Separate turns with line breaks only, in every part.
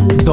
Do-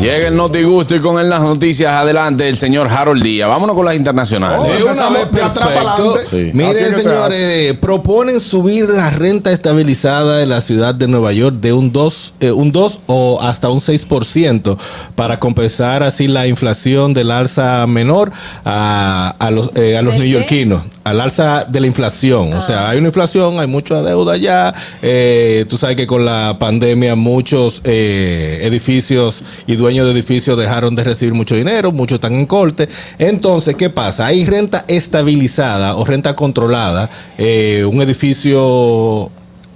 Llega el Notigusto y con él las noticias adelante el señor Harold Díaz. Vámonos con las internacionales.
Oh,
De una vez,
de atrás
perfecto.
para adelante.
Sí.
Así es
Miren,
que se
señores, eh, proponen subir la renta estabilizada de la ciudad de Nueva York de un 2, eh, un 2 o hasta un 6% para compensar así la inflación del alza menor a, a los, eh, a los
¿Del qué? Ah.
neoyorquinos, al alza de la inflación. O sea, hay una inflación, hay mucha deuda ya. eh, tú sabes que con la pandemia muchos eh, edificios y dueños de edificios dejaron de recibir mucho dinero, muchos están en corte. Entonces, ¿qué pasa? Hay renta estabilizada o renta controlada, eh, un edificio...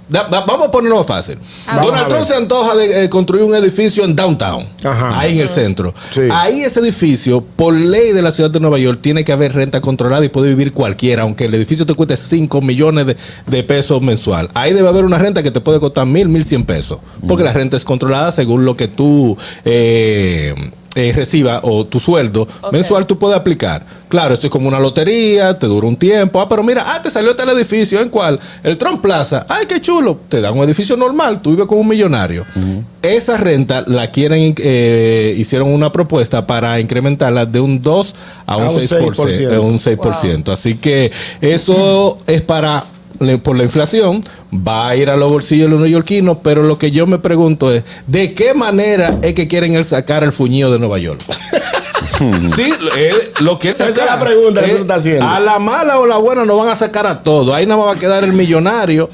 Da- va- vamos a ponerlo más fácil.
A ver.
Donald Trump se antoja de eh, construir un edificio en downtown,
Ajá.
ahí en el centro.
Sí.
Ahí ese edificio, por ley de la ciudad de Nueva York, tiene que haber renta controlada y puede vivir cualquiera, aunque el edificio te cueste 5 millones de, de pesos mensual. Ahí debe haber una renta que te puede costar mil, mil cien pesos, porque la renta es controlada según lo que tú eh, eh, recibas o tu sueldo
Ok.
mensual tú puedes aplicar. Claro, eso es como una lotería, te dura un tiempo. Ah, pero mira, ah, te salió tal edificio, ¿en cuál? El Trump Plaza. Ay, qué chulo. Te dan un edificio normal, tú vives con un millonario. Esa renta la quieren, eh, hicieron una propuesta para incrementarla de un 2 a un, 6%.
6%.
eh, un 6%. Así que eso es para le- por la inflación va a ir a los bolsillos de los neoyorquinos, pero lo que yo me pregunto es, ¿de qué manera es que quieren el sacar el fuñido de Nueva York? Sí, eh, lo que
Esa es
sacar,
la pregunta que
eh,
tú estás haciendo.
A la mala o la buena nos van a sacar a todos. Ahí nada más va a quedar el millonario.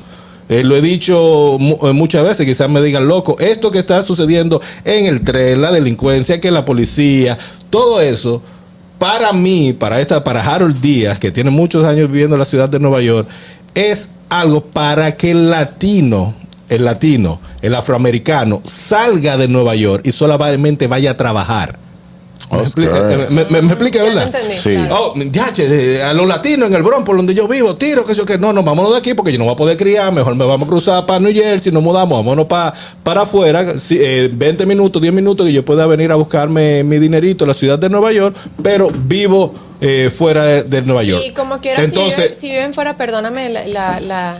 Eh, lo he dicho mu- eh, muchas veces, quizás me digan loco. Esto que está sucediendo en el tren, la delincuencia, que la policía, todo eso. Para mí, para esta, para Harold Díaz, que tiene muchos años viviendo en la ciudad de Nueva York, es algo para que el latino, el latino, el afroamericano, salga de Nueva York y solamente vaya a trabajar. ¿Me,
Oscar.
explica, Eh, me- me- me explica,
Ya te
verdad?
entendí,
Sí.
Oh,
claro.
ya, che, eh, a los latinos en el Bronx, por donde yo vivo, tiro, que yo que no, no, vámonos de aquí porque yo no voy a poder criar, mejor me vamos a cruzar para New Jersey, nos mudamos, vámonos pa- para afuera, si- eh, 20 minutos, 10 minutos que yo pueda venir a buscarme mi dinerito en la ciudad de Nueva York, pero vivo eh, fuera de, de Nueva York.
Y como quiera, si viven-
Entonces,
si, viven fuera, perdóname la, la- la-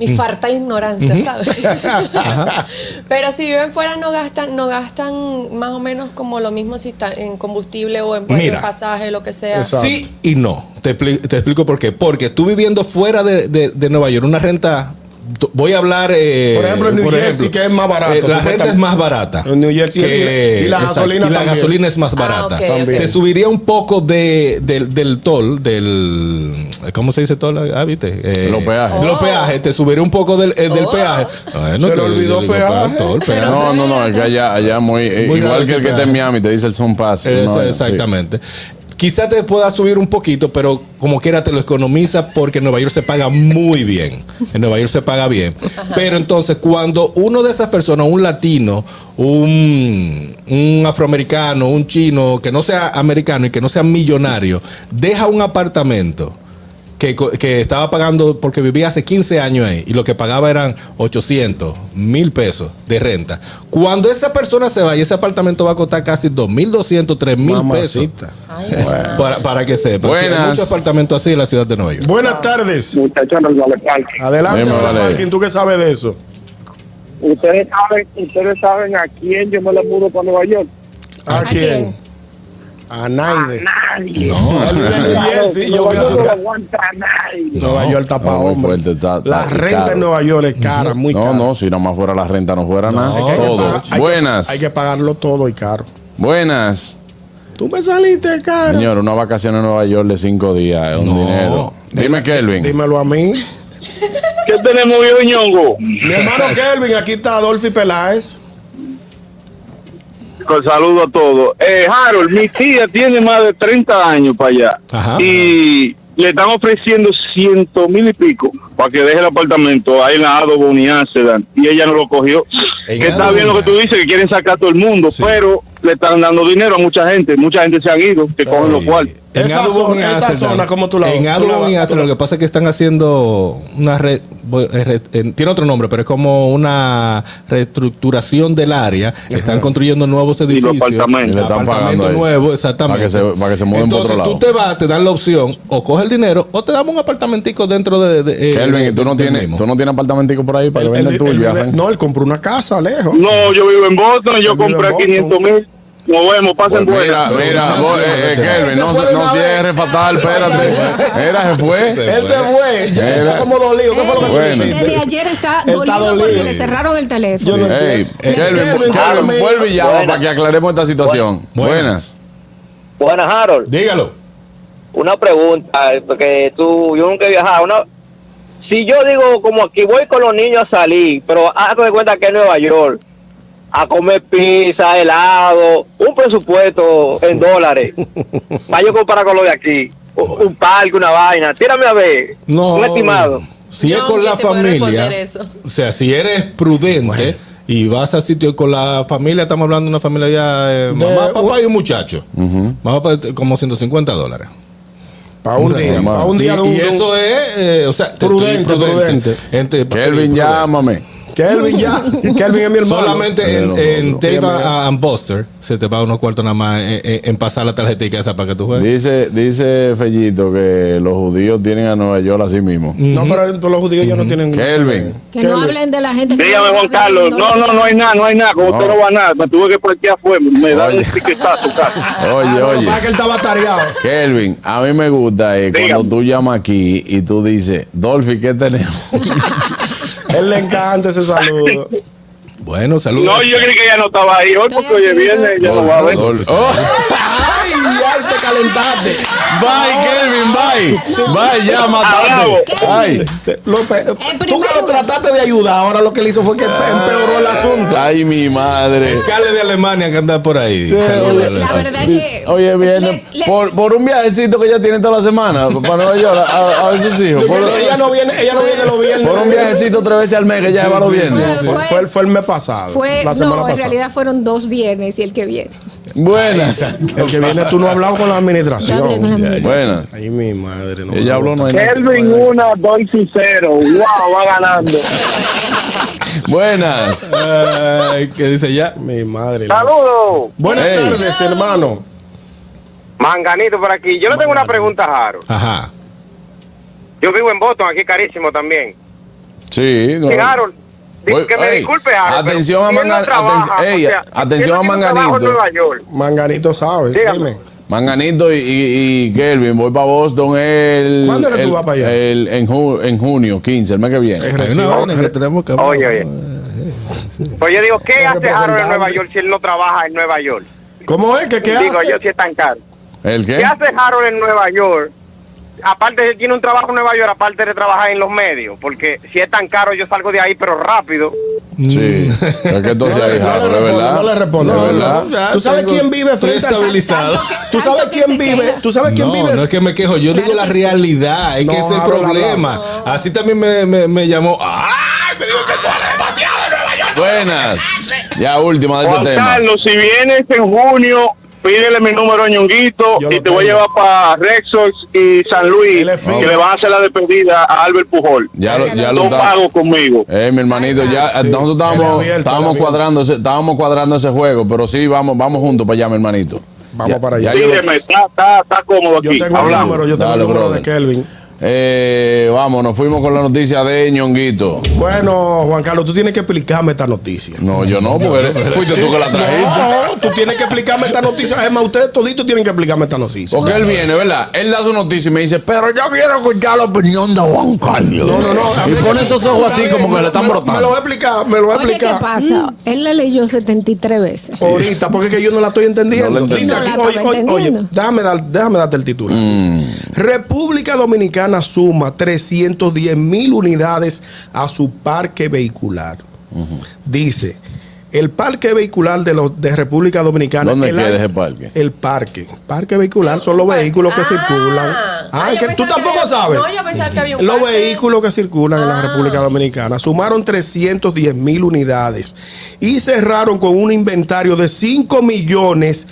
mi farta ignorancia, ¿sabes? Pero si viven fuera, no gastan no gastan más o menos como lo mismo si están en combustible o en, bueno,
Mira.
en pasaje, lo que sea.
Exacto.
Sí y no. Te, expli- te explico por qué. Porque tú viviendo fuera de, de- de Nueva York, una renta. t- Voy a hablar. eh,
Por ejemplo, en New Jersey, que es más barato,
la
supuestamente.
renta es más barata.
En New Jersey, y la
exacto,
gasolina
y la
también.
gasolina es más
Ah,
barata.
ok, ok.
Te subiría un poco de, del- del toll, del. ¿Cómo se dice toll? Ah, ¿viste? Eh,
Los peajes.
de Los
Oh.
peajes. Te subiría un poco del, eh, del
Oh.
peaje. Bueno,
Se
te-
le olvidó
yo digo,
peaje.
toll, peaje.
No, no, no, es que allá, allá muy, eh,
Muy
igual
grave
que el
ese
que está en
peaje.
Miami, te dice el Sun Pass.
Eso,
No, eh,
exactamente. Quizá te pueda subir un poquito, pero como quiera te lo economiza porque en Nueva York se paga muy bien. En Nueva York se paga bien. Pero entonces, cuando uno de esas personas, un latino, un, un afroamericano, un chino, que no sea americano y que no sea millonario, deja un apartamento que, co- que estaba pagando porque vivía hace 15 años ahí y lo que pagaba eran 800, mil pesos de renta. Cuando esa persona se vaya, ese apartamento va a costar casi 2.200, 3.000 pesos.
Mamacita.
Ay, mi madre.
Para, para que sepa. Sí,
Buenas.
hay muchos apartamentos así en la ciudad de Nueva York.
Ah.
Buenas tardes.
Muchachos, vale parque.
Adelante,
Dime,
Abraham
vale.
Martín, ¿tú qué sabes de eso?
Ustedes saben, ustedes saben a quién yo me lo mudo para Nueva York.
¿A,
¿A
quién?
quién?
A Naide.
Nadie.
Él vive en New Jersey, yo
Nueva
fui a
York Ah,
su
no lo
casa.
aguanta a nadie.
Nueva York está
no,
pa'
muy
hombre.
fuerte, está- está-
la
está
renta
caro.
en Nueva York es cara, muy
No,
cara.
no, si nada más fuera la renta, no fuera nada.
Es que hay que
todo.
pagar- hay que-
buenas,
hay que pagarlo todo y caro.
buenas.
Tú me saliste caro.
Señor, una vacación en Nueva York de cinco días, es un dinero. Dime, Kelvin.
Dímelo a mí.
¿Qué tenemos viejo ñongo?
Mi hermano Kelvin, aquí está Adolfi Peláez.
Con saludo a todos. Eh, Harold, mi tía tiene más de 30 años para allá.
Ajá.
Y le están ofreciendo ciento mil y pico para que deje el apartamento ahí en la Ado Bonián, Sedan. Y ella no lo cogió.
En
que está
Ado
bien lo que
Bonilla.
tú dices, que quieren sacar a todo el mundo, pero le están dando dinero a mucha gente. Mucha gente se han ido, que cogen los cuartos.
En
Esa
Audubon
zona-
y
esa
Amsterdam.
zona, ¿cómo tú la-
En
tú la-
Audubon y
tú la-
Amsterdam, lo que pasa es que están haciendo una red. voy- eh, red- eh, tiene otro nombre, pero es como una reestructuración del área. Están construyendo nuevos
los
edificios.
apartamentos.
Y le están pagando ahí.
nuevos, exactamente.
Para que se- para que se mueven por
Entonces,
otro lado.
tú te vas, te dan la opción, o coges el dinero, o te damos un apartamentico dentro de. de- eh,
Kelvin, ¿y tú
del-
no,
del
tienes,
mismo?
tú no tienes apartamentico por ahí para que
Él-
venda
él-
el tuyo?
él
y
vive-
arranca?
no, él compró una casa lejos.
No, yo vivo en Boston, yo
Él vive en
compré
Boston.
500 mil. Nos vemos,
Pues
pasen
mira,
buena.
mira, vos, eh, eh, Kelvin,
Él se
no,
fue de
no
una vez.
cierres fatal, espérate. Era, se fue.
Él se fue. Ya
Él-
está como dolido. ¿Qué fue lo que
Bueno.
tú
Desde
hiciste?
ayer está
Él está
dolido porque
dolido.
le cerraron el
Yo
teléfono.
no-
Ey,
Eh,
Kelvin,
Kelvin,
Kelvin,
Kelvin.
vuelve y llama
Buenas.
para que aclaremos esta situación. Buenas.
Buenas.
Buenas, Harold.
Dígalo.
Una pregunta, eh, porque tú, yo nunca he viajado. Una, si yo digo como aquí voy con los niños a salir, pero hazte de cuenta que es Nueva York, a comer pizza, helado, un presupuesto en dólares, para yo comparar con lo de aquí, un, un parque, una vaina, tírame a ver,
No.
un estimado.
Si
Yo
es con
ni
la
te puedo
familia.
responder eso.
O sea, si eres prudente y vas a sitio con la familia, estamos hablando de una familia ya. eh, mamá, papá y un muchacho. Mamá, papá, eh, como 150 dólares.
Para un día. Para un
Y,
día de un.
y eso es, eh, o sea, te estoy
Prudente, prudente.
Ente-
Kelvin,
prudente.
llámame.
Kelvin ya. Kelvin es mi hermano.
Solamente en,
Pero,
en
no, no.
Dave
Dígame,
a- and Buster se te va unos cuartos nada más en, en- en pasar la tarjetita esa para que tú juegues.
Dice, dice Fellito que los judíos tienen a Nueva York así mismo.
No, pero todos los judíos ya no tienen.
Kelvin.
que no
Kelvin.
hablen de la gente que
Dígame, Juan Carlos. No, no, no hay nada, no hay nada. Con usted
No.
no va nada. Me tuve que parquear afuera. Me dan
Oye.
un tiquetazo casi.
Oye,
Ah, Lo que
oye.
pasa es que él estaba tareado.
Kelvin, a mí me gusta eh, cuando
Dígame.
tú llamas aquí y tú dices, Dolphy, ¿qué tenemos?
Él le encanta ese saludo.
Bueno, saludos.
No, yo creí que ya no estaba ahí hoy porque hoy es viernes, ya no va a ver.
Dol- Oh,
¡Ay, ay, te calentaste!
bye, Kelvin, bye. Bye, ya
Bravo.
mataste. Ay,
Se- lo
Eh,
pe- Tú
primer
que lo
lugar.
trataste de ayudar, ahora lo que le hizo fue que
Ah.
empeoró el asunto.
ay, mi madre.
Carle de Alemania que anda por ahí. Saludos a la
La
gente.
verdad es que.
Oye, viene
les- les-
por, por un viajecito que ella tiene toda la semana para Nueva York a, a ver sus hijos. Por,
ella no viene, ella no viene los viernes.
por un viajecito tres veces al mes que ella va los viernes.
sí.
Fue, fue el- fue el mes pasado.
Fue,
la semana
no, en
pasada.
realidad fueron dos viernes y el que viene.
Buenas.
El que viene tú no has hablado con la
Yo hablé con la
administración.
amiga.
Buenas.
Ay, mi madre. No
Ella habló, no hay nada.
Kelvin 1, Dolphy 0. ¡Wow! Va ganando.
Buenas.
Eh.
Ay, ¿Qué dice ya?
Mi madre. la-
Saludos.
Buenas
Hey.
tardes, hermano.
Manganito por aquí. Yo le tengo una pregunta, Harold.
Ajá.
Yo vivo en Boston, aquí carísimo también.
Sí. no.
Sí, Harold. Di-
Oye,
que me
ey,
disculpe, Harold. pero
atención a
si él no
Mangan-
trabaja,
atención- ey,
o sea,
atención
si él
a
no tiene un trabajo
Manganito.
en Nueva York.
Manganito sabe.
Dígame.
Dime.
Manganito y, y, y Kelvin, voy para Boston el.
¿Cuándo es que tú
el-
vas pa' allá?
el- en, ju- en junio, 15, el mes que viene.
Hay
Es
una
recibo-
vaina que tenemos que hablar.
Oye,
Ah, eh,
oye. Pues yo digo, ¿qué
Tengo que
hace Harold en Nueva
presentarme.
York si él no trabaja en Nueva York?
¿Cómo es? ¿Qué, qué
digo
hace? ¿Eh?
yo, si es tan caro.
¿El qué?
¿Qué hace Harold en Nueva York? Aparte, él tiene un trabajo en Nueva York, aparte de trabajar en los medios. Porque si es tan caro, yo salgo de ahí, pero rápido.
Sí. Es que entonces ahí,
No
Harold,
le
es verdad.
respondo, no le respondo.
Es
No,
verdad.
no, ya Ah, ¿Tú sabes
tengo-
quién vive
estoy
frente al-
estabilizado.
Tanto que-
¿Tú sabes
tanto que
quién
se
vive?
queja.
¿Tú sabes quién
No,
vive?
no es que me quejo, yo
Claro
digo la
que sí.
realidad, es que
No,
ese es el
habla,
problema. Así también me, me, me llamó. ¡Ay! Me dijo que tú eres demasiado de Nueva York.
Buenas. Ya última de
Juan
este tema.
Carlos, si vienes en junio, pídele mi número a Ñonguito
Yo lo
y te voy a
tengo.
llevar para Rexos y San Luis,
Él es
que
fino.
le van a hacer la despedida a Albert Pujol.
Ya lo, ya
no
lo está.
pago conmigo.
Eh, mi hermanito, ya eh, nosotros
Él
estábamos,
abierto,
estábamos
él abierto.
cuadrando ese, estábamos cuadrando ese juego, pero sí, vamos, vamos juntos para allá, mi hermanito.
Vamos
Ya-
para allá.
ya yo-
Pídeme, está, está, está cómodo
Yo
aquí.
tengo el
Hablamos.
número, yo tengo
Dale,
el número
brother.
de Kelvin.
eh, vamos, nos fuimos con la noticia de Ñonguito.
Bueno, Juan Carlos, tú tienes que explicarme esta noticia.
No, yo no, porque eres- fuiste tú que la trajiste.
No, tú tienes que explicarme esta noticia. Es más, ustedes toditos tienen que explicarme esta noticia.
Porque él viene, ¿verdad? Él da su noticia y me dice, pero yo quiero escuchar la opinión de Juan Carlos.
No, no, no. a
Y
mí-
pone esos ojos así
Está bien,
como que
me-
le están
me lo- Me lo voy a
brotando.
explicar, me lo voy a
Oye, ¿qué
explicar. Mm.
pasa? Él la leyó 73 veces.
Ahorita, porque es que yo no la estoy entendiendo.
No la entendí. Mm.
Dice
No
aquí,
la estaba
oye, oye, oye,
entendiendo.
déjame, dar- déjame darte el titular. Dice, República Dominicana suma 310 mil unidades a su parque vehicular. Dice, El parque vehicular de, los, de República Dominicana.
¿Dónde
el,
queda
año-
ese parque?
El parque. Parque vehicular son los vehículos que
Ah.
circulan. Ah,
yo
que tú
pensaba que
tampoco
había-
sabes.
No, yo pensaba que había un
Los
parque.
vehículos que circulan en la
Ah.
República Dominicana sumaron 310 mil unidades y cerraron con un inventario de 5 millones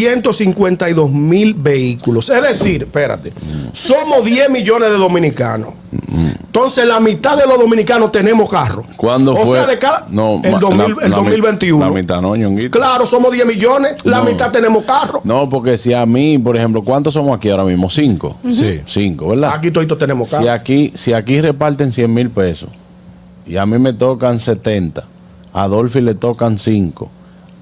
152 mil vehículos. Es decir, espérate, somos 10 millones de dominicanos. Entonces, la mitad de los dominicanos tenemos carro.
¿Cuándo
o
fue?
Sea, de cada,
No,
el,
ma-
2000
la-
el
la mi-
2021.
la mitad no, Ñonguito.
Claro, somos 10 millones, la
No.
mitad tenemos carro.
No, porque si a mí, por ejemplo, ¿cuántos somos aquí ahora mismo? Cinco.
Sí.
Cinco, ¿verdad?
Aquí todos tenemos carro.
Si aquí, si aquí reparten 100 mil pesos y a mí me tocan 70, a Dolphy le tocan 5,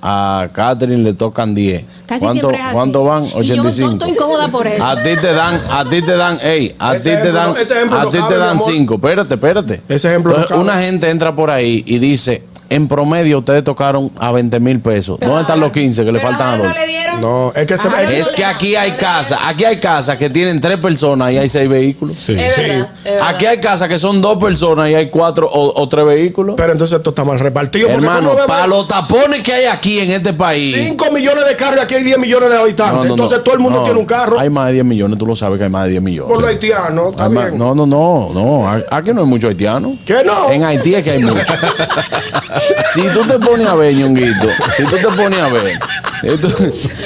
a Catherine le tocan 10.
Casi
¿Cuánto,
siempre es así.
¿Cuánto van?
Y yo
85.
estoy incómoda por eso.
A ti te dan, a ti te dan, ey, a ti
Ese
te
ejemplo
dan,
no- ese ejemplo
a
no
ti
cabe,
te
mi
dan
amor.
5. Espérate, espérate.
Ese ejemplo no
Entonces,
cabe.
una gente entra por ahí y dice, en promedio ustedes tocaron a 20 mil pesos.
Pero
¿Dónde están
ahora-
los 15 que le
pero
faltan a
ahora
Dolphy?
No, le dieron-
No, es que se-
Ahora
es
Ah, no
Es
le-
que aquí hay
no le-
casas, aquí hay casas que tienen tres personas y hay seis vehículos.
Sí.
Es verdad, es verdad.
Aquí hay casas que son dos personas y hay cuatro o, o tres vehículos.
Pero entonces esto está mal repartido. porque
Hermano,
¿cómo vemos
para los tapones que hay aquí en este país.
5 millones de carros y aquí hay 10 millones de
No,
habitantes.
no, no.
entonces todo el mundo
No,
tiene un carro.
Hay más de 10 millones, tú lo sabes que hay más de 10 millones.
por los
Sí.
haitianos, está
Hay más-
bien.
no, no, no, no. A- Aquí no hay muchos haitianos.
¿Qué no?
En Haití es que hay muchos. si tú te pones a ver, ñonguito, si tú te pones a ver. esto-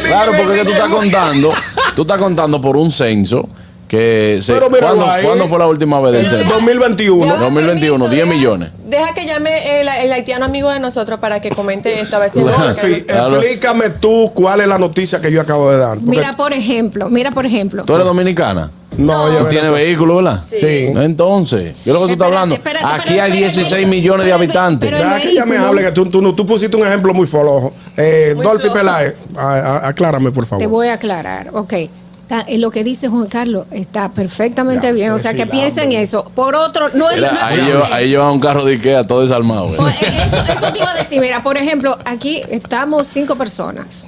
claro, porque es que tú estás contando, tú estás contando por un censo que se,
Pero míralo
¿cuándo,
ahí.
cuándo fue la última vez del
En
censo?
2021.
Ya,
2021,
permiso,
10
deja-
millones.
Deja que llame el, el haitiano amigo de nosotros para que comente esto. A ver si
Claro.
lo-
Dolphy,
Claro.
explícame tú cuál es la noticia que yo acabo de dar. porque-
Mira, por ejemplo, mira, por ejemplo.
¿Tú eres dominicana?
no, yo
Tú tienes vehículo, ¿verdad?
Sí.
Entonces, ¿qué es lo que tú estás
Espérate,
hablando?
espérate,
Aquí
pero
hay
espérate,
16
pero-
millones de
pero-
habitantes.
pero- el
Deja que ella me
vehículo.
hable, que tú, tú, no- tú pusiste un ejemplo muy flojo. Eh,
Muy
Dolphy
flojo.
Peláez, a- a- aclárame, por favor.
Te voy a aclarar, ok. Está- eh, Lo que dice Juan Carlos está perfectamente
Ya,
bien, o sea que
sí,
piensen eso. Por otro, no es
Mira,
no es
ahí,
problema.
lleva, ahí lleva un carro de Ikea todo desarmado.
Por-
güey.
eh, Eso, eso te iba a decir, mira, por ejemplo, aquí estamos cinco personas,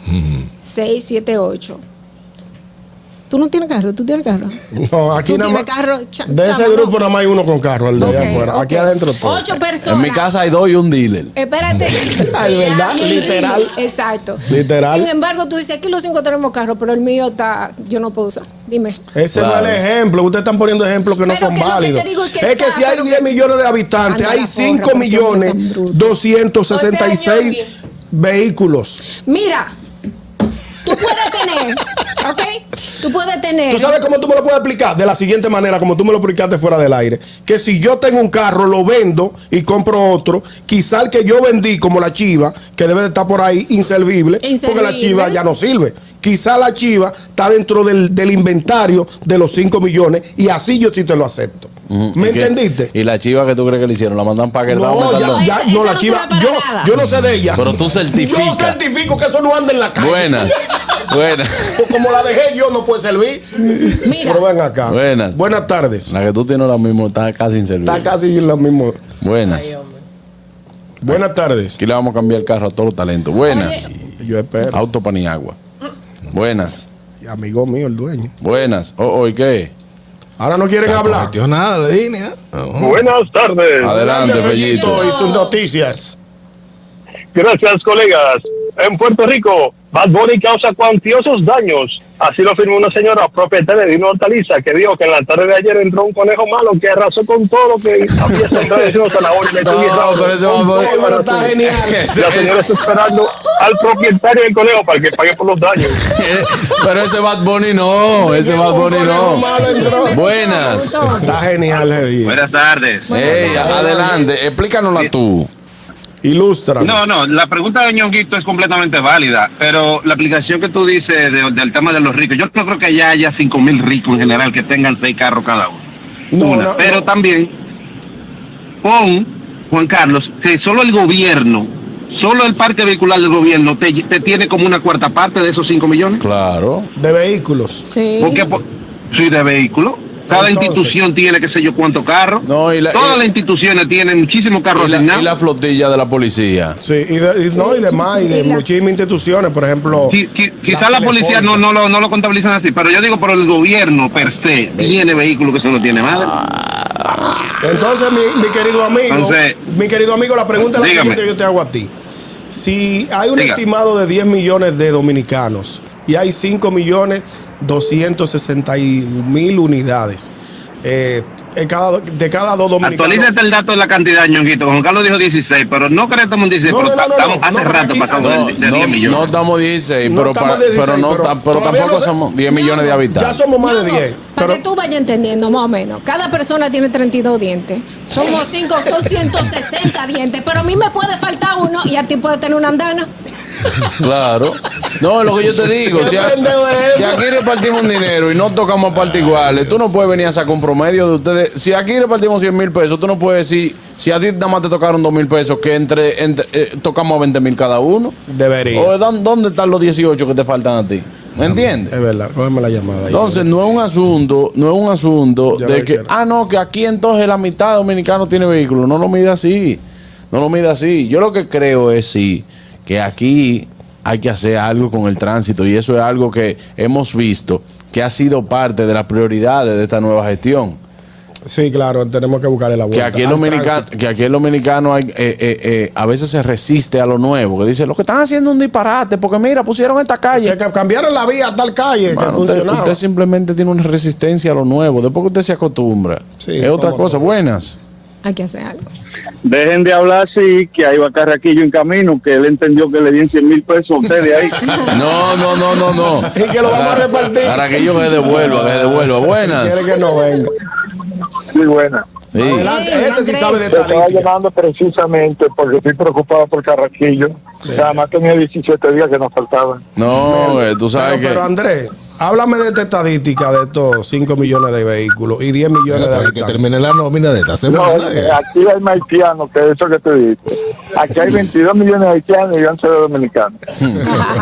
seis, siete, ocho. Tú no tienes carro, tú tienes carro.
No, aquí
Tú
nada más.
tienes carro, cha-
de ese
chamo,
grupo
no.
nada más hay uno con carro, el de allá
Ok,
afuera.
ok.
Aquí adentro todo.
Ocho personas.
En mi casa hay dos y un dealer.
Espérate.
Ay, ¿verdad?
Ya, y-
Literal.
Exacto.
Literal.
Sin embargo, tú dices, aquí los cinco tenemos carro, pero el mío está, yo no puedo usar. Dime.
Ese
Claro.
no es el ejemplo. Ustedes están poniendo ejemplos que no
Pero
son
que lo que te
válidos.
digo es
es
que
que,
está-
si hay
pero
10
que-
millones de habitantes,
Anda
hay
la
5
porra,
millones
porque tú eres tan bruto.
266
O sea,
vehículos.
Mira, tú puedes tener, ¿ok? Tú puedes tener.
¿Tú sabes cómo tú me lo puedes explicar? De la siguiente manera, como tú me lo explicaste fuera del aire. Que si yo tengo un carro, lo vendo y compro otro, quizá el que yo vendí, como la chiva, que debe de estar por ahí inservible, porque la
Inservible.
chiva ya no sirve. Quizá la chiva está dentro del, del inventario de los 5 millones y así yo sí te lo acepto. ¿Me
¿Y qué?
entendiste?
¿Y la chiva que tú crees que le hicieron? ¿La mandan para Guerdao o
No,
Metaldón?
ya, ya,
Esa-
no,
esa
la
no
chiva.
sirve para
yo,
nada.
yo no sé de ella.
Pero tú certificas.
Yo certifico que eso no anda en la calle.
Buenas, buenas.
Pues como la dejé yo, no puede servir.
Mira,
Pero ven acá.
Buenas.
Buenas tardes.
La que tú tienes ahora mismo está casi inservible.
Está casi lo mismo.
Ay,
Buenas.
hombre.
Buenas tardes.
Aquí le vamos a cambiar el carro a todos los talentos. Buenas.
Yo espero.
Auto Paniagua. Buenas.
Amigo mío, el dueño.
Buenas. Oh, oh, ¿y qué?
Ahora no quieren
pues,
hablar.
Nada, la línea. Oh.
Buenas tardes.
Adelante,
Fellito
Fellito.
Y sus noticias.
Gracias, colegas. En Puerto Rico, Bad Bunny causa cuantiosos daños. Así lo afirmó una señora propietaria de una hortaliza que dijo que en la tarde de ayer entró un conejo malo que arrasó con todo lo que había centrado de zanahoria.
No, pero ese Bad Bunny-
Pero está genial.
La señora está esperando al propietario del conejo para que pague por los daños.
Pero ese Bad Bunny no. Ese Bad Bunny
Conejo malo entró.
no. Buenas.
Está genial, Fellito.
Buenas tardes.
Ey, adelante. Explícanosla tú.
Ilustra.
No, no, la pregunta de Ñonguito es completamente válida, pero la aplicación que tú dices de- del tema de los ricos, yo no creo que ya haya 5 mil ricos en general que tengan seis carros cada uno.
No,
Una,
no,
pero
no.
también pon, Juan Carlos, que solo el gobierno, solo el parque vehicular del gobierno te, te tiene como una cuarta parte de esos 5 millones.
Claro.
De vehículos.
sí.
Porque po- sí, de vehículo. Cada
Entonces.
institución tiene, qué sé yo, cuántos carros.
No, y la-
Todas
y-
las instituciones tienen muchísimos carros
Y la,
asignados.
y la flotilla de la policía.
Sí, y, de- y no, y demás, y de
Y la-
muchísimas instituciones, por ejemplo.
Qui- qui- Quizás la, policía no,
telefónica.
no, lo, no lo contabilizan así, pero yo digo, pero el gobierno per se tiene vehículos que se lo tiene madre.
Ah,
Entonces, mi, mi querido amigo,
Entonces,
mi querido amigo, la pregunta es la
dígame.
siguiente que yo te hago a ti. Si hay un
Diga.
estimado de 10 millones de dominicanos y hay 5 millones 260 y mil unidades, eh, de, cada, de cada dos dominicanos.
Actualízate el dato de la cantidad, ñonguito. Juan Carlos dijo 16, pero no crees que estamos en 16,
No,
pero
no, no, no,
estamos
no,
hace
no,
rato
aquí-
pasamos
No,
de, de 10
no, no
millones.
estamos 16,
No
pero,
estamos
pa- pero
16,
no,
pero
ta- pero
todavía
tampoco
no sé.
somos 10 millones de
Ya
habitantes.
somos más de 10.
para
pero-
que tú vayas entendiendo, más o menos. Cada persona tiene 32 dientes. Somos 5, son 160 dientes. Pero a mí me puede faltar uno y a ti puede tener una andana.
Claro. No, es lo que yo te digo. Si, a-
pendejo eres.
si aquí repartimos dinero y no tocamos a particulares, tú no puedes venir a sacar un promedio de ustedes. Si aquí repartimos 100 mil pesos, tú no puedes decir, si a ti nada más te tocaron 2 mil pesos, que entre, entre eh, tocamos a 20 mil cada uno.
Debería.
O, ¿dó- ¿Dónde están los 18 que te faltan a ti? ¿Me entiendes?
Es verdad, cógeme la llamada. ahí.
Entonces, no es un asunto, no es un asunto
Ya
de
lo
que,
quiero.
ah, no, que aquí entonces la mitad dominicano tiene vehículo. No lo mide así. No lo mide así. Yo lo que creo es sí, que aquí hay que hacer algo con el tránsito y eso es algo que hemos visto que ha sido parte de las prioridades de esta nueva gestión.
sí, claro, tenemos que buscarle la
Que
vuelta.
aquí, el
al
dominicano,
tránsito.
que aquí el dominicano hay- eh, eh, eh, a veces se resiste a lo nuevo, que dice, lo que están haciendo es un disparate, porque mira, pusieron esta calle.
Que, que cambiaron la vía a tal calle
Mano,
que
usted-
funcionaba.
usted simplemente tiene una resistencia a lo nuevo. Después que usted se acostumbra.
Sí,
es otra
cómo
cosa.
no.
Buenas.
Hay que hacer algo.
Dejen de hablar así, que hay Carraquillo en camino, que él entendió que le dieron 100 mil pesos a ustedes ahí.
No, no, no, no, no.
Y que lo vamos a
Para-
repartir.
Para que yo que devuelva, que devuelva.
Quiere
Buenas.
que no venga.
Muy buena.
Sí.
Adelante,
Sí,
ese sí
Andrés.
sabe de
Te estaba
estadística.
llamando precisamente porque estoy preocupado por Carraquillo. Nada más tenía 17 días que nos faltaban.
No, eh, tú sabes
Pero, pero
que.
Andrés, háblame de esta estadística de estos 5 millones de vehículos y 10 millones de
Para que
habitantes.
termine la nómina de esta
No,
semana. eh.
aquí hay haitianos, que es eso que te dije. Aquí hay 22 millones de haitianos y 11 de dominicanos.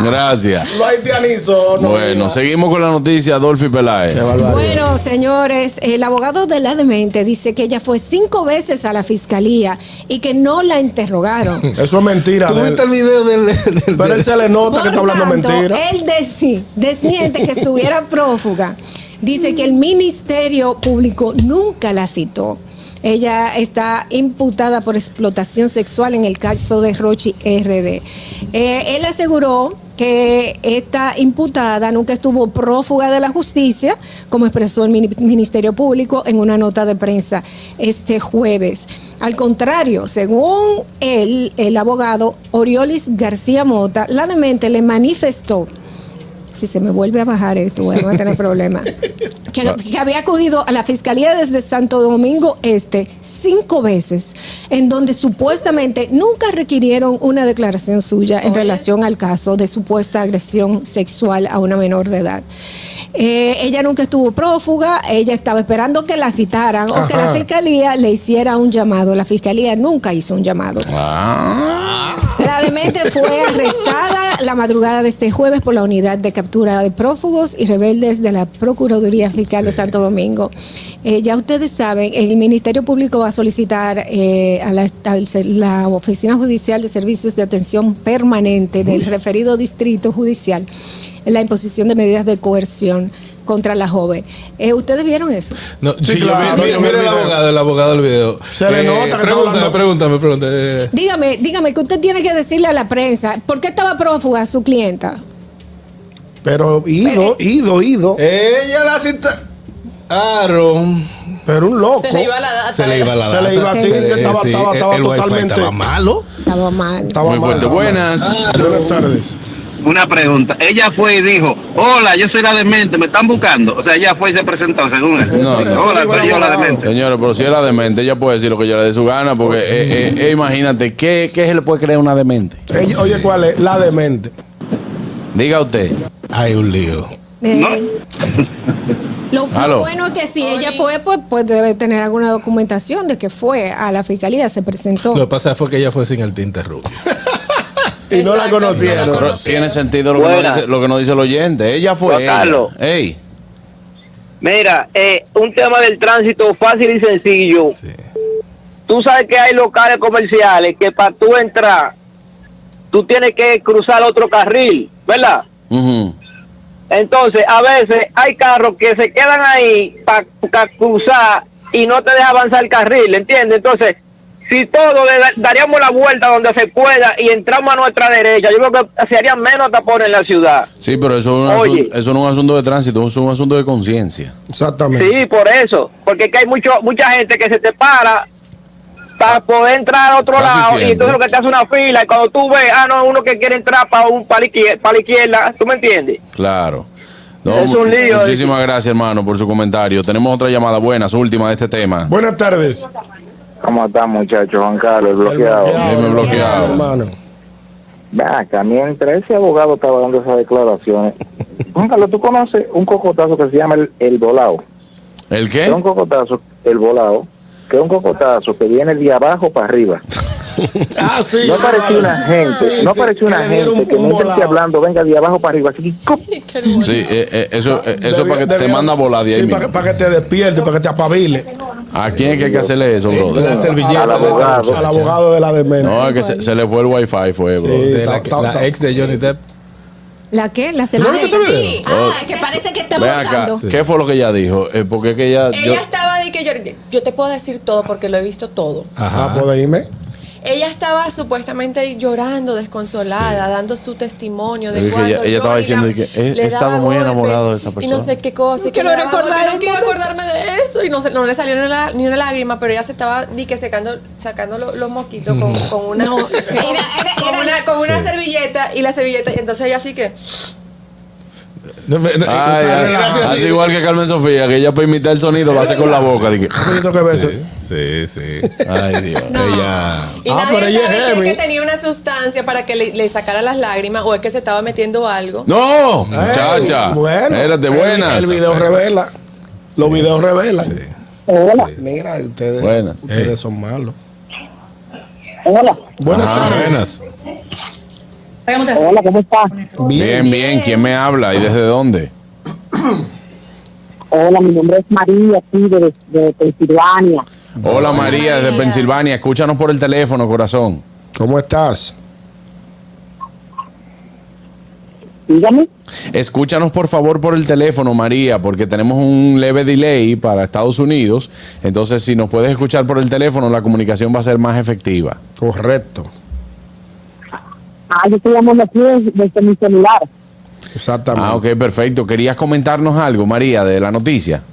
Gracias.
Lo haitianizo, no.
Bueno, seguimos con la noticia, Adolfi Peláez.
Qué barbaridad.
Bueno, señores, el abogado de la demente dice que ella fue cinco veces a la fiscalía y que no la interrogaron.
Eso es mentira.
¿Tú
de él.
viste el video del- del- del-
Pero él se le nota
Por
que está hablando
tanto, eh,
mentira.
Él desi- desmiente que estuviera prófuga. Dice que el Ministerio Público nunca la citó. Ella está imputada por explotación sexual en el caso de Rochi RD. Eh, él aseguró que esta imputada nunca estuvo prófuga de la justicia, como expresó el mini- Ministerio Público en una nota de prensa este jueves. Al contrario, según él, el abogado Oriolis García Mota, la demente le manifestó si se me vuelve a bajar esto, voy a tener problemas. Que, que había acudido a la fiscalía desde Santo Domingo Este cinco veces, en donde supuestamente nunca requirieron una declaración suya en relación al caso de supuesta agresión sexual a una menor de edad. Eh, ella nunca estuvo prófuga, ella estaba esperando que la citaran o que la
Ajá.
fiscalía le hiciera un llamado. La fiscalía nunca hizo un llamado. La demente fue arrestada la madrugada de este jueves por la unidad de captura de prófugos y rebeldes de la Procuraduría Fiscal de Santo Domingo. Eh, ya ustedes saben, el Ministerio Público va a solicitar eh, a, la, al ser- la Oficina Judicial de Servicios de Atención Permanente del referido Distrito Judicial la imposición de medidas de coerción contra la joven. Eh, ¿Ustedes vieron eso?
No,
Sí,
sí, yo vi- mira,
claro, yo vi el
mira el
video.
abogado, el abogado del video. Eh,
Se le nota que está
pregúntame,
hablando.
pregúntame, pregúntame. eh.
Dígame, dígame, ¿qué usted tiene que decirle a la prensa? ¿Por qué estaba prófuga su clienta?
Pero ido, ido, ido.
eh, Ella la cita. Aaron.
Pero un loco.
Se le iba la data.
Se le iba la
Ah, Se le
data,
iba
así,
le-
estaba- estaba-
el-
estaba
el wifi
totalmente-
Estaba malo.
Estaba mal.
Estaba
Muy
mal,
fuerte.
estaba mal.
Buenas.
Buenas tardes.
Una pregunta. Ella fue y dijo, hola, yo soy la demente, me están buscando. O sea, ella fue y se presentó, según él.
No, no.
Hola, soy yo la demente.
Señores, pero si era demente, ella puede decir lo que ella le dé su gana, porque eh, eh, eh, imagínate, ¿qué, ¿qué se le puede creer a una demente?
Ella- Oye, ¿cuál es? La demente.
Diga usted.
Hay un lío.
Eh,
No.
Lo, lo
Aló.
bueno es que si ella fue, pues, pues debe tener alguna documentación de que fue a la fiscalía, se presentó.
Lo que pasa fue que ella fue sin el tinte rubio.
Y no la
Exacto,
conocieron.
no la
Pero
conocieron.
tiene sentido lo que,
Buenas.
no dice, lo que nos dice el oyente. Ella fue.
Juan
ella.
Carlos.
Ey.
Mira, eh, un tema del tránsito fácil y sencillo.
Sí.
Tú sabes que hay locales comerciales que para tú entrar, tú tienes que cruzar otro carril, ¿verdad?
Ujú.
Entonces, a veces hay carros que se quedan ahí para cruzar y no te deja avanzar el carril, ¿entiendes? Entonces, Si todos le da- daríamos la vuelta donde se pueda y entramos a nuestra derecha, yo creo que se harían menos tapones en la ciudad.
Sí, pero eso, es un
Oye.
asunto- eso no es un asunto de tránsito, eso es un asunto de conciencia.
Exactamente.
Sí, por eso. Porque es que hay mucho, mucha gente que se te para para poder entrar a otro
Casi
lado
siempre.
y entonces lo que te hace una fila y cuando tú ves, ah, no, uno que quiere entrar para un para la izquier- para la izquierda, ¿tú me entiendes?
Claro.
Es un lío.
muchísimas gracias, hermano, por su comentario. Tenemos otra llamada buena, su última de este tema.
Buenas tardes.
¿Cómo está, muchacho? Juan Carlos, el
El
bloqueado.
Dime bloqueado.
Hermano.
Vea, que a mí, mientras ese abogado estaba dando esas declaraciones, Juan Carlos, ¿tú conoces un cocotazo que se llama el, el volado?
¿Eh?
¿El
Que Es un
qué?
cocotazo, el volado, que es un cocotazo que viene de abajo para arriba.
Ah, sí.
No parecía una gente,
Sí,
no
sí,
pareció una
le dieron
gente que
un
mientras
volado.
esté hablando venga de abajo para arriba. Así que, ¡cup!
Qué hermoso.
Sí, eh, eh, eso, eh, eso
Debi-
para que te
debieron-
manda a volar de ahí
Sí,
mismo.
para, que- para que te despierte, para que te apabile.
¿A quién es que hay que hacerle eso,
La
brother? Ah.
servilleta.
Al abogado.
Al abogado de la demencia.
No, es que se, se le fue el wifi, fue, brother.
De la,
Ta- ta-
la
ta-
ex de Johnny Depp.
¿La qué? ¿La
¿No
celular?
viste ese video?
Ah, es que parece que estamos
Ven acá,
usando.
¿qué fue lo que ella dijo? Eh, porque es que ella...
Ella
yo-
estaba de que yo, yo te puedo decir todo porque lo he visto todo.
Ah, puede irme.
Ella estaba supuestamente llorando, desconsolada, dando su testimonio de
Es que
cuando
ella- ella
yo
estaba
era-
diciendo que he-
le
he estado
daba
muy
golpe
enamorado de esta
Y
persona.
no sé qué cosa. y que
quiero
le daba
recordar
golpe,
el
No quiero
momento.
acordarme de eso. Y no, se- no le salió ni una, ni una lágrima, pero ella se estaba di que secando, sacando lo- los mosquitos con,
Mm.
con una,
No,
con-
era- era-
con
era-
una, con una servilleta. Y la servilleta, y entonces ella así que...
No, me- no,
Ay,
eh,
ay,
gracias,
así
sí.
igual que Carmen Sofía, que ella para imitar el sonido lo hace con la boca. dije,
Un poquito que beso.
Sí, sí.
Ay, Dios.
Ella.
Y
Ah, pero
nadie
ella es
sabe si es
heavy.
que tenía una sustancia para que le, le sacara las lágrimas o es que se estaba metiendo algo.
¡No!
Ey,
Muchacha.
bueno.
Espérate,
El-
buenas.
El, video revela. Los videos revelan. Mira, ustedes,
Buenas.
ustedes
Ey.
son malos.
Hola,
Buenas
Ah,
tardes.
Buenas.
hola, ¿cómo está?
Bien, bien. ¿Quién me habla y desde dónde?
Hola, mi nombre es María, aquí de, de Pensilvania.
Hola María, desde
María.
Pensilvania. Escúchanos por el teléfono, corazón.
¿Cómo estás?
Dígame.
Escúchanos por favor por el teléfono, María, porque tenemos un leve delay para Estados Unidos. Entonces, si nos puedes escuchar por el teléfono, la comunicación va a ser más efectiva.
Correcto.
Ah, yo estoy llamando aquí desde, mi celular.
Exactamente.
Ah, ok, perfecto. ¿Querías comentarnos algo, María, de la noticia?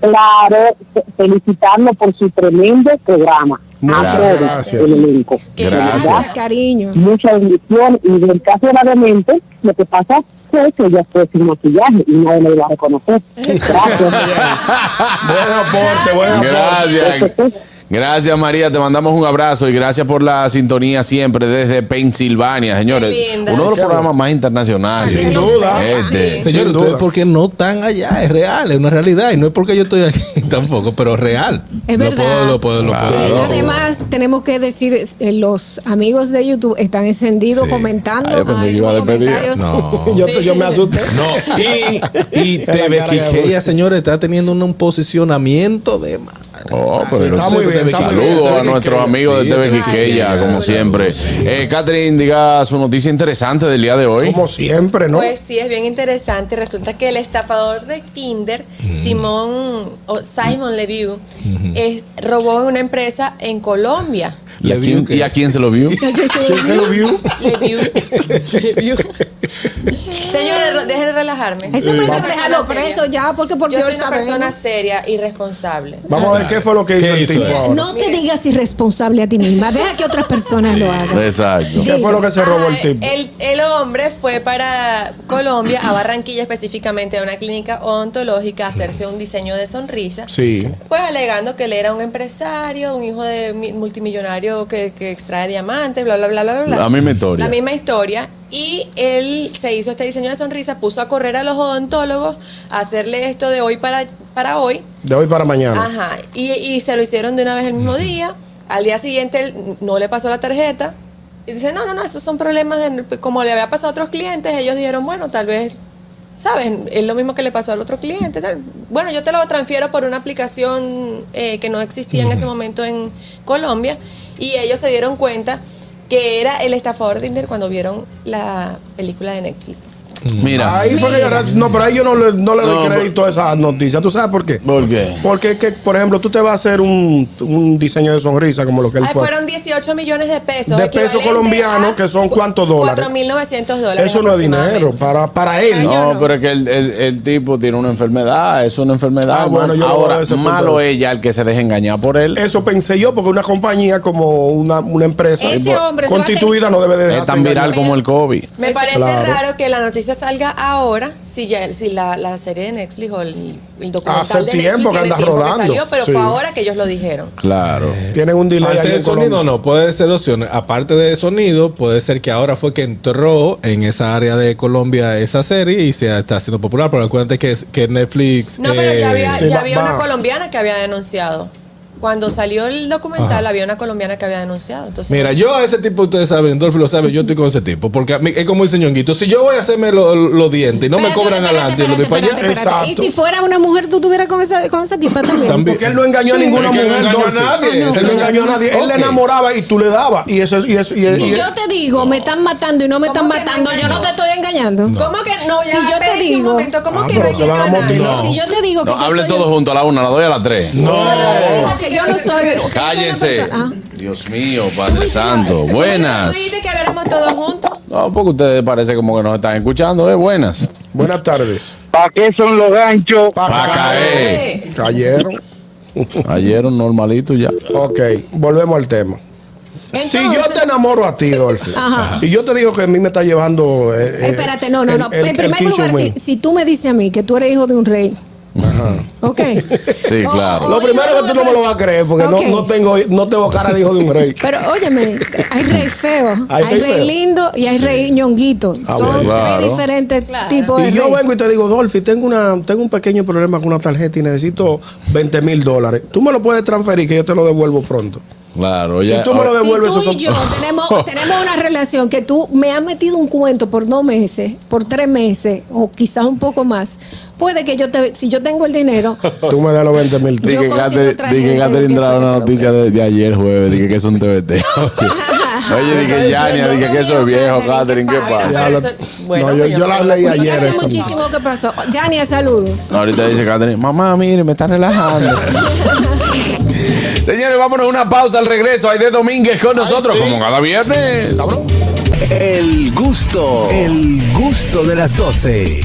Claro, felicitarlo por su tremendo programa.
Muchas
Ah,
gracias.
elenco.
Que
Gracias.
Gracias, cariño.
mucha bendición. Y en el caso de la demente, lo que pasa fue que ella fue sin maquillaje y nadie le iba a reconocer. Gracias.
Buen aporte, buen aporte.
Gracias. Gracias María, te mandamos un abrazo y gracias por la sintonía siempre desde Pensilvania, señores.
Qué linda.
Uno de los programas más internacionales.
Sin duda.
Este.
Señor,
Sin
ustedes
duda.
porque no están allá, es real, es una realidad. Y no es porque yo estoy aquí tampoco, pero es real.
Es
Lo
verdad.
puedo, lo puedo, lo
Claro.
puedo.
Y
lo puedo.
además, tenemos que decir, eh, los amigos de YouTube están encendidos
Sí.
comentando
Ah, yo pensé que
sus
iba a despedir.
comentarios.
No.
Yo, te- yo me asusté.
No, y, y
cara de
TVQQ, señores, está teniendo un, un posicionamiento de madre.
Oh, pero
Está muy bien, está muy bien.
Saludos a
Saludos,
nuestros
Quiqueya.
amigos de
Sí,
TV
claro.
Quiqueya, como siempre. Eh, Catherine, diga su noticia interesante del día de hoy.
Como siempre, ¿no?
Pues sí, es bien interesante. Resulta que el estafador de Tinder, Simón o Simon Leview, es- robó en una empresa en Colombia.
¿Y a,
Le
quién,
digo que-
y a quién se lo vio?
¿Quién se lo vio?
Leview. Leview. Señores, ro- dejen de relajarme.
Eso
Yo soy
porque
una
hay que dejarlo
persona
preso
seria.
ya, porque por
Yo
Dios
soy una persona
sabemos.
seria y responsable.
Vamos a
Ah,
ver qué fue lo que hizo
¿Qué
el
hizo?
tipo ahora.
No te digas irresponsable a ti misma, deja que otras personas lo hagan.
Exacto.
¿Qué fue lo que se robó el tipo?
el, el hombre fue para Colombia, a Barranquilla específicamente, a una clínica odontológica, a hacerse un diseño de sonrisa.
Sí.
Pues alegando que él era un empresario, un hijo de mi- multimillonario que, que extrae diamantes, bla, bla, bla, bla, bla.
La misma historia.
La misma historia. Y él se hizo este diseño de sonrisa, puso a correr a los odontólogos, a hacerle esto de hoy para, para hoy.
De hoy para mañana.
Ajá. Y, y se lo hicieron de una vez el mismo día. Al día siguiente él no le pasó la tarjeta. Y dice, no, no, no, esos son problemas. de- como le había pasado a otros clientes, ellos dijeron, bueno, tal vez, ¿sabes? Es lo mismo que le pasó al otro cliente. tal. Bueno, yo te lo transfiero por una aplicación eh, que no existía en ese momento en Colombia. Y ellos se dieron cuenta que era el estafador de Tinder cuando vieron la película de Netflix.
Ah, Mira.
Ahí fue que yo era- no, pero ahí yo no le, no le
No,
doy crédito a esas noticias. ¿Tú sabes por qué?
¿Por qué?
Porque es que, por ejemplo, tú te vas a hacer un, un diseño de sonrisa como lo que él
Ahí
fue.
fueron 18 millones de pesos.
De pesos
equivalente
colombianos,
a
que son
cu-
¿cuántos dólares?
4.900 dólares.
Eso no es
aproximadamente.
dinero para, para
Ah,
él.
No, pero es que el, el- el tipo tiene una enfermedad, es una enfermedad.
Ah,
hermano.
bueno, yo lo
Ahora,
veo de ese punto
malo
de
ella el que se deje engañar por él.
Eso pensé yo, porque una compañía como una, una empresa
Ese hombre se va a
constituida no debe de
Es
dejarse
tan viral
engañar.
como el COVID.
Me
Pues
parece
Claro.
raro que la noticia salga ahora, si ya si la, la serie de Netflix o el, el documental
Hace
de Netflix
tiempo que
tiene
anda
tiempo
rodando.
salió, pero
Sí.
fue ahora que ellos lo dijeron.
Claro.
Tienen un delay
Antes
ahí
del
en
sonido
Colombia.
no, puede ser opciones. Aparte de sonido, puede ser que ahora fue que entró en esa área de Colombia esa serie y se está haciendo popular. Pero acuérdate que, es- que Netflix...
No, pero
eh,
ya había,
sí,
ya
va-
había
va.
una colombiana que había denunciado. Cuando salió el documental, había una colombiana que había denunciado. Entonces,
Mira, yo a ese tipo, ustedes saben, Dolph lo sabe, yo estoy con ese tipo. Porque a mí- es como el ñonguito. Si yo voy a hacerme lo- lo- los dientes y no me
Espérate,
cobran
espérate,
adelante, y lo
espérate,
doy para allá.
espérate, espérate.
Exacto.
Y si fuera una mujer, tú estuvieras con esa, con esa tipa también.
También.
Porque él no engañó a
Sí,
ninguna
pero es que
mujer.
no engañó a
Dolphy.
nadie.
Él no engañó a nadie. Él le
Ok.
enamoraba y tú le dabas. Y eso, y eso, y
Si
y-
yo te digo, me están matando y no me están
¿Cómo que no
matando, yo no
engañó?
te estoy engañando.
¿cómo que no? Ya,
Si yo te
espérense
digo-
Un momento, ¿Cómo
Ah,
que
pero
no
se van a
engañó nadie?
motinar.
Si yo te digo que
No,
yo
hablen
soy-
todos juntos a la una, a la dos y a las tres.
No, que yo no soy. que yo soy una
Cállense.
persona- Ah.
Dios mío, Padre Santo.
¿Tú
Buenas.
dijiste que habláramos todos juntos?
No, porque ustedes parece como que nos están escuchando, ¿eh? Buenas.
Buenas tardes.
¿Para qué son los ganchos?
Pa'
Pa' caer.
Eh, Cayeron.
Ayer un normalito ya.
Ok, volvemos al tema.
Eh, Entonces-
si yo te enamoro a ti, Dolphy,
Ajá.
y yo te digo que a mí me está llevando. eh, eh,
Espérate, no, no,
el-
no.
el-
en
el
primer
Kichu
lugar, si,
Win.
si tú me dices a mí que tú eres hijo de un rey. Ok. Oh.
Sí, claro.
Lo primero que tú no me lo vas a creer, porque no-
Ok.
no, tengo, no tengo cara de hijo de un rey.
Pero óyeme, hay rey feo,
Hay
hay,
rey
rey,
feo.
lindo y hay rey ñonguito.
Ah,
Son
bueno.
Claro.
tres diferentes
Claro.
tipos de
Y yo
rey.
vengo y te digo, Dolphy, tengo, una, Eh, tengo un pequeño problema con una tarjeta y necesito 20 mil dólares. Tú me lo puedes transferir, que yo te lo devuelvo pronto.
Claro,
Si
ya.
tú me lo
ahora-
de- devuelve
si tú
esos
y yo
son-
tenemos, tenemos una relación que tú me has metido un cuento por dos meses, por tres meses o quizás un poco más, puede que yo te, si yo tengo el dinero,
Tú me das los 20 mil.
Yo
Dije que
consigo
Catherine-
otra
dije que
gente
Catherine
que
entraba
puede
una
que
noticia de, de ayer jueves. Dije que es un TBT. Oye, dije Yania, dije que eso es viejo, Catherine, ¿qué pasa?
Pero
Diablo.
eso- bueno,
No, yo-
pues
yo la
creo que-
leí
porque
ayer
hace
eso.
muchísimo que pasó. Yania, saludos.
Ahorita dice Catherine, mamá, mire, me está relajando. Señores, vámonos a una pausa al regreso. Hay de Domínguez con nosotros, como cada viernes.
El gusto, el gusto de las 12.